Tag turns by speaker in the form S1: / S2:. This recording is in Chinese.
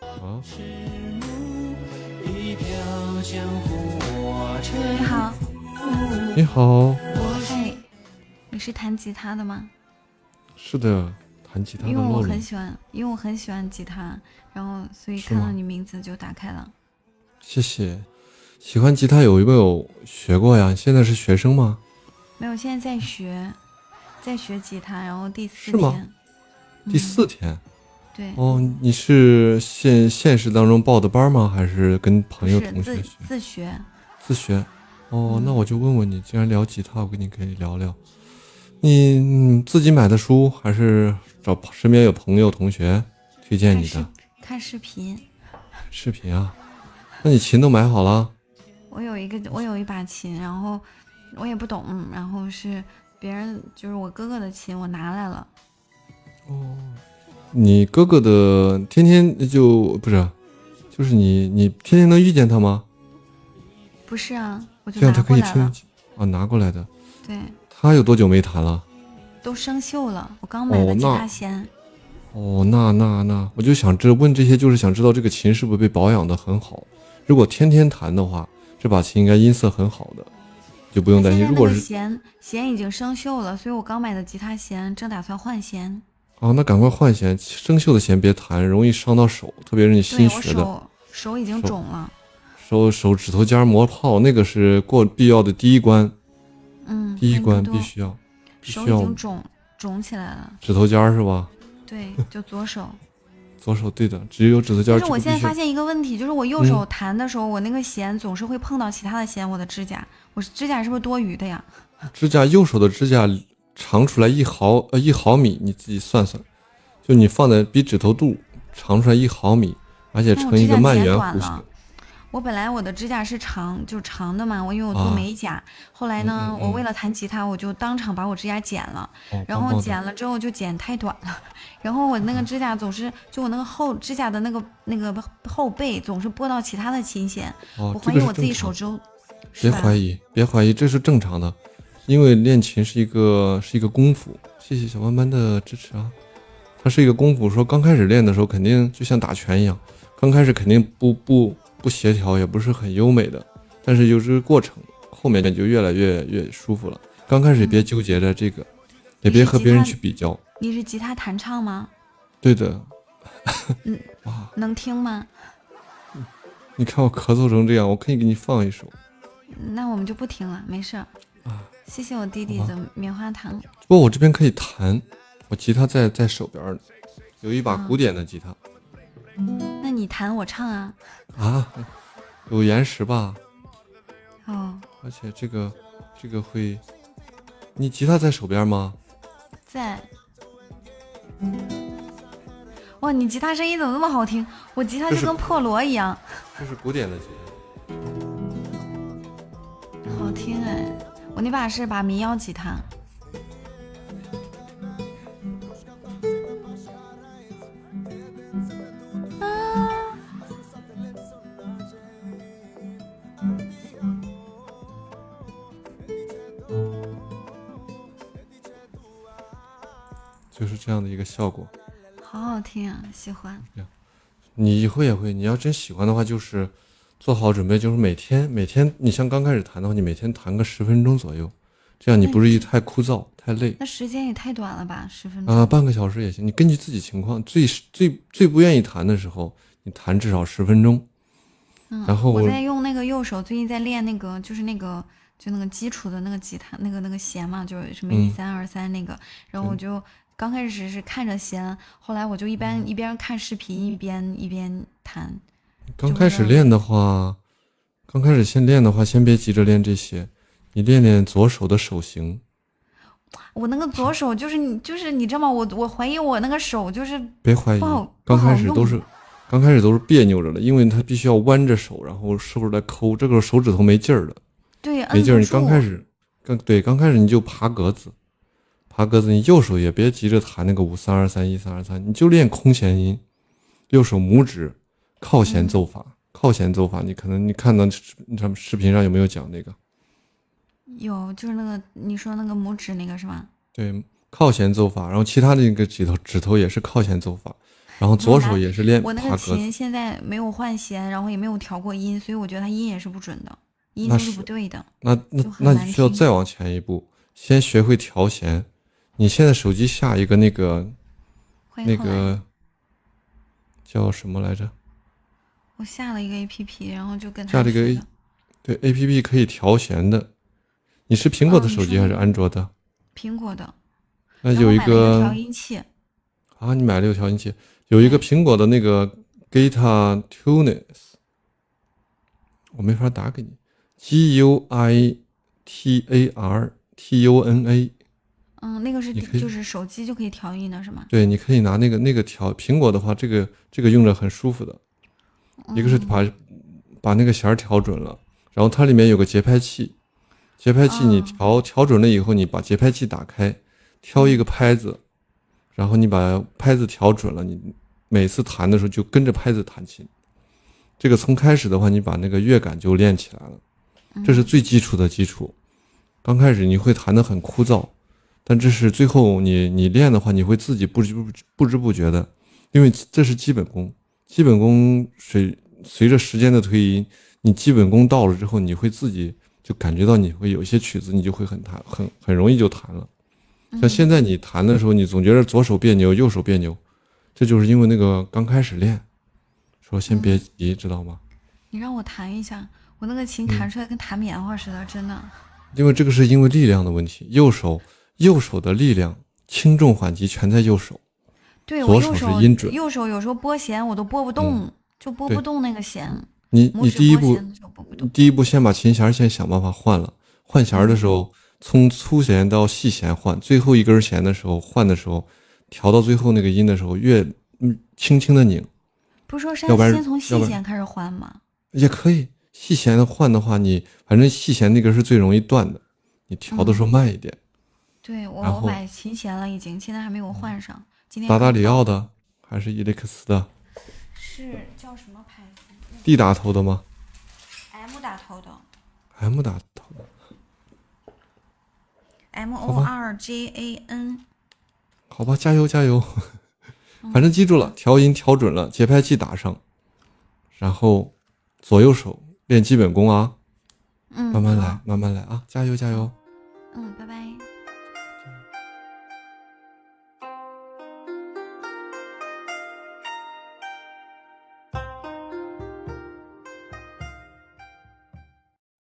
S1: 啊。
S2: 你好，
S1: 你好，
S2: 哎，你是弹吉他的吗？
S1: 是的，弹吉他的
S2: 因为我
S1: 洛
S2: 很
S1: 洛，
S2: 喜欢，因为我很喜欢吉他，然后所以
S1: 是
S2: 看
S1: 吗
S2: 到你名字就打开了。
S1: 谢谢。喜欢吉他有一个有学过呀，现在是学生吗？
S2: 没有，现在在学，在学吉他，然后第四
S1: 是吗
S2: 天，嗯
S1: 第四天、
S2: 对，
S1: 哦，你是现现实当中报的班吗？还是跟
S2: 不
S1: 朋友
S2: 是
S1: 同学
S2: 自
S1: 学
S2: 自学，
S1: 自学？哦，
S2: 嗯
S1: 那我就问问你，既然聊吉他，我跟你可以聊聊。你嗯自己买的书，还是找身边有朋友同学推荐
S2: 看
S1: 你
S2: 视
S1: 的
S2: 看视频。
S1: 视频啊？那你琴都买好了？
S2: 我有一个，我有一把琴，然后我也不懂，然后是别人就是我哥哥的琴，我拿来了。
S1: 哦，你哥哥的天天就不是，啊就是你你天天能遇见他吗？
S2: 不是啊，我就
S1: 这样
S2: 拿
S1: 他可
S2: 过
S1: 以
S2: 来
S1: 听
S2: 了
S1: 得。见啊，拿过来的。
S2: 对，
S1: 他有多久没弹了？
S2: 都生锈了。我刚买
S1: 哦
S2: 的吉
S1: 那
S2: 他弦，
S1: 哦，那那那，我就想这问这些，就是想知道这个琴是不是被保养的很好。如果天天弹的话，这把琴应该音色很好的，就不用担
S2: 现
S1: 心。
S2: 在
S1: 如
S2: 那
S1: 果
S2: 个
S1: 是
S2: 弦弦已经生锈了，所以我刚买的吉他弦正打算换弦。
S1: 啊，那赶快换弦，生锈的弦别弹，容易伤到手，特别是你
S2: 对
S1: 新
S2: 我
S1: 学的
S2: 手手已经
S1: 手
S2: 肿了。
S1: 手手指头尖儿磨泡，那个是过必要的第一关，
S2: 嗯，
S1: 第一
S2: 那你
S1: 关
S2: 多
S1: 必须要必
S2: 手
S1: 须
S2: 已
S1: 要
S2: 经肿肿起来了。
S1: 指头尖儿是吧？
S2: 对，就左 手。
S1: 左手对的，只有指头尖
S2: 但
S1: 儿
S2: 是
S1: 这
S2: 我
S1: 个
S2: 现在
S1: 必须嗯
S2: 发。现一个问题，就是我右手弹的时候，我那个弦总是会碰到其他的弦，我的指甲，我指甲是不是多余的呀？
S1: 指甲右手的指甲长出来一毫呃一毫米，你自己算算，就你放在比指头肚长出来一毫米，而且
S2: 那
S1: 成
S2: 我指
S1: 一个
S2: 甲
S1: 蔓
S2: 剪
S1: 延
S2: 短
S1: 弧形
S2: 了。。我本来我的指甲是长，就长的嘛，我因为我
S1: 啊
S2: 做美甲，后来呢，
S1: 嗯嗯嗯
S2: 我为了弹吉他，我就当场把我指甲剪了，
S1: 哦
S2: 然
S1: 棒棒
S2: 后
S1: 的嗯
S2: 剪了之后就剪太短了，然后我那个指甲总是，就我那个后指甲的那个那个后背总是拨到其他的琴弦，
S1: 哦
S2: 我，
S1: 这
S2: 怀疑
S1: 个是
S2: 我自己
S1: 正常。
S2: 手指头，
S1: 别
S2: 是吧
S1: 怀疑，别怀疑，这是正常的，因为练琴是一个是一个功夫。谢谢小班班的支持啊，它是一个功夫。说刚开始练的时候，肯定就像打拳一样，刚开始肯定不不不协调，也不是很优美的，但是有这个过程，后面就越来越越舒服了。刚开始别
S2: 嗯
S1: 纠结着这个，也别和别人去比较。
S2: 你是吉他弹唱吗？
S1: 对的，
S2: 能听吗？
S1: 你看我咳嗽成这样，我可以给你放一首。
S2: 那我们就不听了，没事儿。谢谢我弟弟
S1: 啊好吧
S2: 的棉花糖。
S1: 不过我这边可以弹，我吉他在在手边儿呢，有一
S2: 啊
S1: 把古典的吉他。
S2: 那你弹我唱啊？
S1: 啊，有延时吧，
S2: 哦，
S1: 而且这个这个会，你吉他在手边吗？
S2: 在。嗯哇，你吉他声音怎么那么好听？我吉
S1: 就
S2: 他就是跟破锣一样，
S1: 这是古典的吉
S2: 好听哎！我那把是把民谣吉他，
S1: 他，就是这样的一个效果。
S2: 好好听啊，喜欢。
S1: 你以后也会，你要真喜欢的话，就是做好准备，就是每天每天，你像刚开始弹的话，你每天弹个十分钟左右，这样你不至于太枯燥、太累
S2: 那时间也太短了吧，十分钟。
S1: 啊、半个小时也行，你根据自己情况，最最最不愿意弹的时候，你弹至少十分钟，
S2: 嗯，
S1: 然后
S2: 我
S1: 我
S2: 在用那个右手，最近在练那个，就是那个，就那个基础的那个吉他，那个那个弦嘛，就是什么
S1: 嗯
S2: 一三二三那个。然后我
S1: 嗯
S2: 就刚开始是看着弦，后来我就一
S1: 嗯
S2: 边一边看视频，一边一边弹。
S1: 刚开始练的话，刚开始先练的话，先别急着练这些，你练练左手的手型。
S2: 我那个左手就是你，就是你知道吗？我我怀疑我那个手就是
S1: 别怀疑
S2: 不好，
S1: 刚开
S2: 不
S1: 始
S2: 好
S1: 都是，刚开始都是别扭着的，因为它必须要弯着手，然后手指来抠，这个手指头没劲儿了，
S2: 对摁
S1: 没
S2: 不
S1: 劲
S2: 住。
S1: 儿。你刚开始，刚对，刚开始你就爬格子，爬格子，你右手也别急着弹那个五三二三一三二三，你就练空弦音，右手拇指靠
S2: 嗯
S1: 弦奏法，靠弦奏法，你可能你看到视什么视频上有没有讲那个？
S2: 有就是那个你说那个拇指那个是吗？
S1: 对，靠弦奏法，然后其他的那个指头指头也是靠弦奏法，然后左手也是练
S2: 我那
S1: 爬嗯
S2: 个
S1: 格子，
S2: 琴现在没有换弦，然后也没有调过音，所以我觉得它音也是不准的，音
S1: 那
S2: 都是
S1: 是
S2: 不对的。
S1: 那那
S2: 就很
S1: 那
S2: 难
S1: 你需要
S2: 听
S1: 再往前一步，先学会调弦。你现在手机下一个那个
S2: 欢
S1: 那
S2: 哎迎后来，
S1: 个叫什么来着？
S2: 我下了一个 A P P，然后就跟
S1: 下
S2: 他
S1: 了一个
S2: 学
S1: A
S2: 的
S1: 对，A P P 可以调弦的。你是苹果
S2: 哦
S1: 的
S2: 你
S1: 手机
S2: 说
S1: 还
S2: 那
S1: 是安卓的？
S2: 苹果的，
S1: 那
S2: 然后
S1: 有一
S2: 买了个调
S1: 个
S2: 音器，
S1: 啊，你买了有调音器，有一个苹果的那个 Guitar Tunes，我没法打给你，G U I T A R T U N A，
S2: 嗯，那个是
S1: 你可以
S2: 就是手机就可以调音的是吗？
S1: 对，你可以拿那个那个调苹果的话，这个这个用着很舒服的，一个是把、把那个弦儿调准了，然后它里面有个节拍器，节拍器你调、
S2: 哦
S1: 调准了以后，你把节拍器打开，挑一个拍子，然后你把拍子调准了，你每次弹的时候就跟着拍子弹琴。这个从开始的话，你把那个乐感就练起来了，这是最基础的基础。刚开始你会弹得很枯燥，但这是最后你你练的话，你会自己不知不不知不觉的，因为这是基本功。基本功随随着时间的推移，你基本功到了之后，你会自己就感觉到你会有一些曲子，你就会很弹，很很容易就弹了。
S2: 嗯
S1: 像现在你弹的时候，你总觉得左手别扭，右手别扭，这就是因为那个刚开始练，说先别
S2: 嗯
S1: 急，知道吗？
S2: 你让我弹一下，我那个琴
S1: 嗯
S2: 弹出来跟弹棉花似的，真的。
S1: 因为这个是因为力量的问题，右手右手的力量轻重缓急全在右手。
S2: 对
S1: 左
S2: 我
S1: 手
S2: 右
S1: 是
S2: 手
S1: 音准嗯
S2: 右手有时候拨弦我都拨不动，就拨不
S1: 对嗯
S2: 动那个弦，
S1: 你
S2: 拇
S1: 你
S2: 指
S1: 第一
S2: 拨
S1: 步嗯
S2: 弦的时候拨不动。
S1: 第一步先把琴弦儿先想办法换了，换弦儿的时候从粗弦到细弦换，最后一根弦的时候换的时候，调到最后那个音的时候越嗯轻轻的拧
S2: 不是说山
S1: 要不然
S2: 先从
S1: 要
S2: 细
S1: 不然
S2: 弦开始换吗？
S1: 也可以。细弦的换的话，你反正细弦那根是最容易断的，你调的时候慢一点。
S2: 对我
S1: 然
S2: 我
S1: 后
S2: 买琴弦了已经，现在还没有换上。今天
S1: 达达里奥的还是伊雷克斯的
S2: 是叫什么牌子
S1: ，D 打头的吗
S2: ？M 打头的
S1: ？M 打头的，
S2: ，M O R J A N。
S1: 好吧，加油加油！反正记住了，调音调准了，节拍器打上，然后左右手练基本功啊。
S2: 嗯，
S1: 慢慢
S2: 好嗯
S1: 来，慢慢来啊，加油加油！